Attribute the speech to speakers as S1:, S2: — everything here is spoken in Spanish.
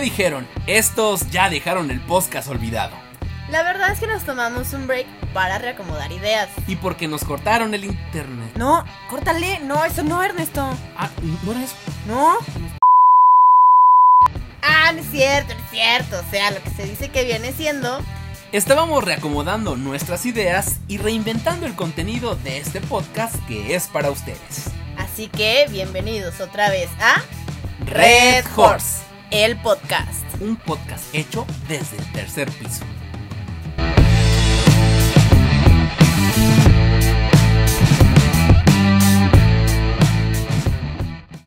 S1: dijeron, estos ya dejaron el podcast olvidado.
S2: La verdad es que nos tomamos un break para reacomodar ideas.
S1: Y porque nos cortaron el internet.
S3: No, córtale. No, eso no, Ernesto.
S1: Ah, ¿no era eso?
S3: No.
S2: Ah, no es cierto, no es cierto. O sea, lo que se dice que viene siendo.
S1: Estábamos reacomodando nuestras ideas y reinventando el contenido de este podcast que es para ustedes.
S2: Así que bienvenidos otra vez a
S1: Red Horse,
S2: el podcast.
S1: un podcast hecho desde el tercer piso.